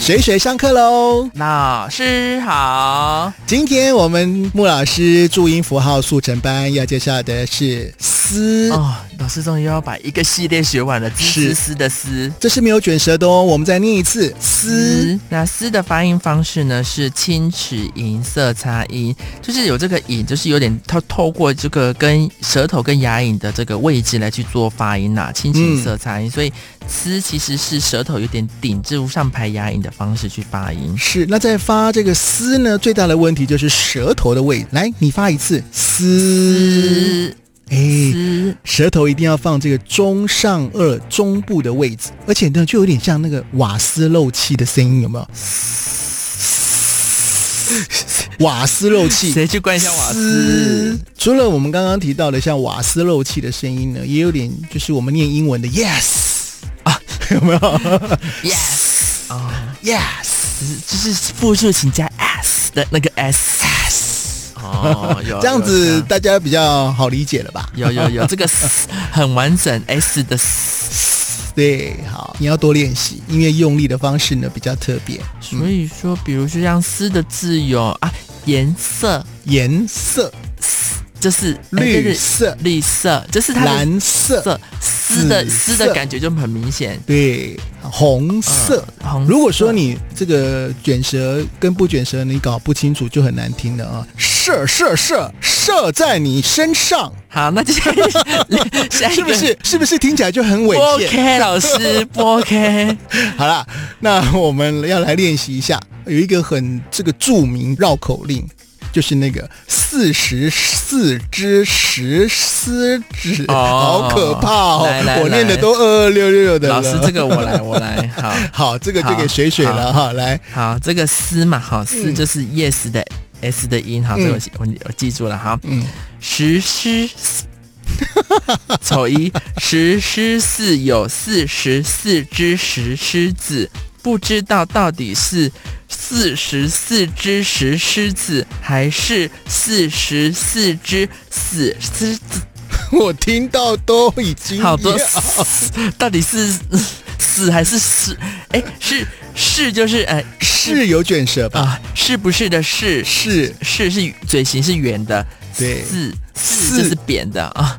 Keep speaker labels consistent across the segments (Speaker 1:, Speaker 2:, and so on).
Speaker 1: 水水上课喽！
Speaker 2: 老师好，
Speaker 1: 今天我们穆老师注音符号速成班要介绍的是“丝”，
Speaker 2: 哦，老师终于又要把一个系列学完了，
Speaker 1: 是
Speaker 2: 丝丝的丝。
Speaker 1: 这是没有卷舌的哦。我们再念一次“丝
Speaker 2: 丝，那丝的发音方式呢是清齿龈色擦音，就是有这个龈，就是有点它透过这个跟舌头跟牙龈的这个位置来去做发音呐、清齿龈色擦音，所以丝其实是舌头有点顶住上排牙龈的方式去发音”。。
Speaker 1: 是，那在发这个“丝”呢，最大的问题就是舌头的位置。来，你发一次“丝
Speaker 2: 丝”，
Speaker 1: 哎，
Speaker 2: 丝
Speaker 1: 舌头一定要放这个中上颚中部的位置，而且呢，就有点像那个瓦斯漏气的声音，有没有？瓦斯漏气，
Speaker 2: 谁去关一下瓦斯
Speaker 1: 嘶？除了我们刚刚提到的像瓦斯漏气的声音呢，也有点就是我们念英文的 yes 啊， 有没有
Speaker 2: ？Yes，哦，
Speaker 1: yes
Speaker 2: 就是就是复数请加 s 的那个 s。
Speaker 1: yes？
Speaker 2: 哦，有
Speaker 1: 这样子
Speaker 2: 有
Speaker 1: 大家比较好理解了吧？
Speaker 2: 有有有，这个 s 很完整，s 的 s。
Speaker 1: 对，好，你要多练习，因为用力的方式呢比较特别。
Speaker 2: 所以说，比如说像“丝”的字有啊，颜色
Speaker 1: 颜色
Speaker 2: 就是哎
Speaker 1: 绿
Speaker 2: 就是
Speaker 1: 色
Speaker 2: 绿色，就是它的
Speaker 1: 蓝色，
Speaker 2: 色丝的
Speaker 1: 紫
Speaker 2: 丝
Speaker 1: 色
Speaker 2: 的感觉就很明显。
Speaker 1: 对，红色。
Speaker 2: 嗯红色
Speaker 1: 如果说你这个卷舌跟不卷舌你搞不清楚，就很难听的啊！射射射射在你身上，
Speaker 2: 好，那接下来下一 个
Speaker 1: 是不是？是不是听起来就很
Speaker 2: 不
Speaker 1: 猥亵？
Speaker 2: OK，老师不 OK。
Speaker 1: 好啦，那我们要来练习一下，有一个很这个著名绕口令，就是那个四十四只石狮子，
Speaker 2: 哦
Speaker 1: 好可怕哦！
Speaker 2: 来来
Speaker 1: 我念的
Speaker 2: 来
Speaker 1: 都二二六六的了。
Speaker 2: 老师，这个我来，我来。好
Speaker 1: 好，这个就给
Speaker 2: 好
Speaker 1: 水水了哈，来。
Speaker 2: 好，这个“丝”嘛，好，“丝”
Speaker 1: 嗯
Speaker 2: 就是 yes 的 s 的音，好，这个我记我我记住了，好。
Speaker 1: 嗯，
Speaker 2: 十师，丑一十狮寺有四十四只石狮子，不知道到底是四十四只石狮子，还是四十四只死狮子？
Speaker 1: 我听到都已经
Speaker 2: 好多
Speaker 1: 要
Speaker 2: 死，到底是死还是是？哎，是是就是哎
Speaker 1: 是有卷舌吧？
Speaker 2: 啊，是不是的是
Speaker 1: 是
Speaker 2: 是是嘴型是圆的，
Speaker 1: 对
Speaker 2: 四
Speaker 1: 四
Speaker 2: 四就是扁的啊。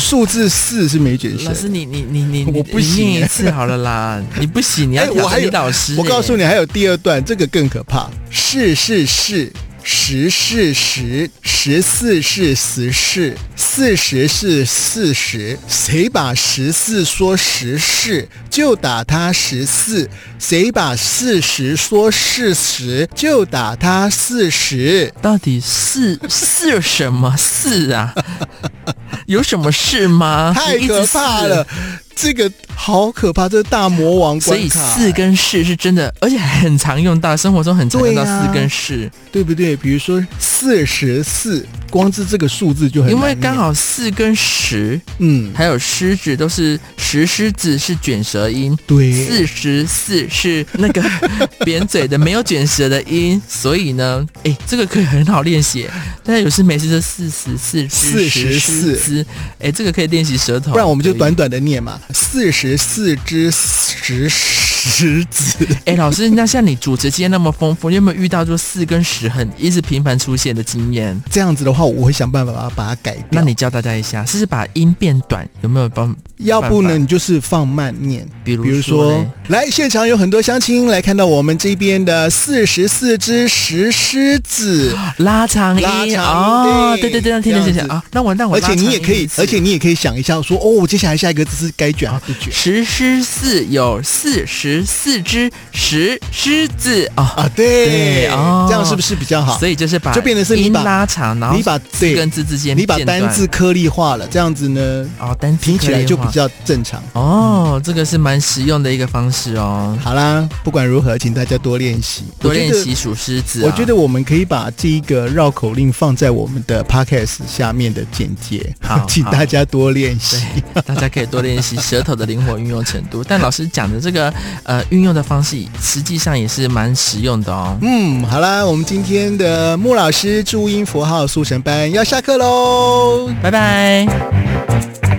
Speaker 1: 数字四是没卷舌
Speaker 2: 老。师，你你你你你
Speaker 1: 我不行
Speaker 2: 你念
Speaker 1: 欸
Speaker 2: 一次好了啦，你不行，你要
Speaker 1: 哎我
Speaker 2: 挑
Speaker 1: 还
Speaker 2: 战
Speaker 1: 有
Speaker 2: 你老师欸、
Speaker 1: 我告诉你，还有第二段，这个更可怕。是是是，十是十，十四是十四，四十是四十。谁把十四说十四，就打他十四；谁把四十说四十，就打他四十。
Speaker 2: 到底是是什么事啊？有什么事吗？
Speaker 1: 太
Speaker 2: 你一直
Speaker 1: 可怕
Speaker 2: 是
Speaker 1: 了。，这个好可怕，这是大魔王
Speaker 2: 所
Speaker 1: 关
Speaker 2: 以
Speaker 1: 卡，
Speaker 2: 四跟是是真的，而且很常用到，生活中很常用到
Speaker 1: 对啊
Speaker 2: 四跟是，
Speaker 1: 对不对？比如说四十四，光是这个数字就很难
Speaker 2: 因为
Speaker 1: 念
Speaker 2: 刚好四跟十
Speaker 1: 嗯，
Speaker 2: 还有狮子都是石狮子是卷舌音，
Speaker 1: 对，
Speaker 2: 四十四是那 个扁嘴的，没有卷舌的音，所以呢，诶，这个可以很好练习。但是有事没事就四十四、
Speaker 1: 44
Speaker 2: 四，哎，这个可以练习舌头。
Speaker 1: 不然我们就
Speaker 2: 可以。
Speaker 1: 短短的念嘛，四十四只石石 子，
Speaker 2: 哎，老师，那像你主持经验那么丰富，你有没有遇到说四跟十很一直频繁出现的经验？
Speaker 1: 这样子的话，我会想办法把它把它改掉。
Speaker 2: 那你教大家一下，试试把音变短，有没有帮？
Speaker 1: 要不
Speaker 2: 办
Speaker 1: 呢，
Speaker 2: 法
Speaker 1: 你就是放慢念。
Speaker 2: 比如
Speaker 1: 比如
Speaker 2: 说
Speaker 1: 说
Speaker 2: 嘞，
Speaker 1: 来现场有很多乡亲来看到我们这边的四十四只石狮子，
Speaker 2: 拉长音
Speaker 1: 拉长音
Speaker 2: 哦，
Speaker 1: 对
Speaker 2: 对对对，听
Speaker 1: 这
Speaker 2: 听
Speaker 1: 样
Speaker 2: 听听
Speaker 1: 子
Speaker 2: 啊，那我那我
Speaker 1: 而
Speaker 2: 拉
Speaker 1: 且你
Speaker 2: 长
Speaker 1: 也
Speaker 2: 音啊
Speaker 1: 可
Speaker 2: 一
Speaker 1: 以，
Speaker 2: 次
Speaker 1: 而且你也可以想一下说，哦，我接下来下一个字是该卷还是不卷
Speaker 2: 石狮四有四十四只石狮子哦，
Speaker 1: 啊？对
Speaker 2: 对，哦
Speaker 1: 这样是不是比较好？
Speaker 2: 所以就是把
Speaker 1: 就变成是你
Speaker 2: 音
Speaker 1: 把
Speaker 2: 拉长，然后
Speaker 1: 你把
Speaker 2: 字
Speaker 1: 对
Speaker 2: 跟字之间
Speaker 1: 你把
Speaker 2: 间断
Speaker 1: 单字颗粒化了，这样子呢，
Speaker 2: 哦单字
Speaker 1: 听起来就比
Speaker 2: 可以
Speaker 1: 较正常。
Speaker 2: 画哦，这个是蛮实用的一个方式哦，
Speaker 1: 好啦，不管如何，请大家多练习，
Speaker 2: 多练习数狮子、啊。
Speaker 1: 我觉得。我觉得我们可以把这一个绕口令放在我们的 podcast 下面的简介
Speaker 2: 好，
Speaker 1: 请大家多练习。
Speaker 2: 对，大家可以多练习舌头的灵活运用程度。但老师讲的这个呃运用的方式，实际上也是蛮实用的哦。
Speaker 1: 嗯，好啦，我们今天的穆老师注音符号速成班要下课喽。
Speaker 2: 拜拜。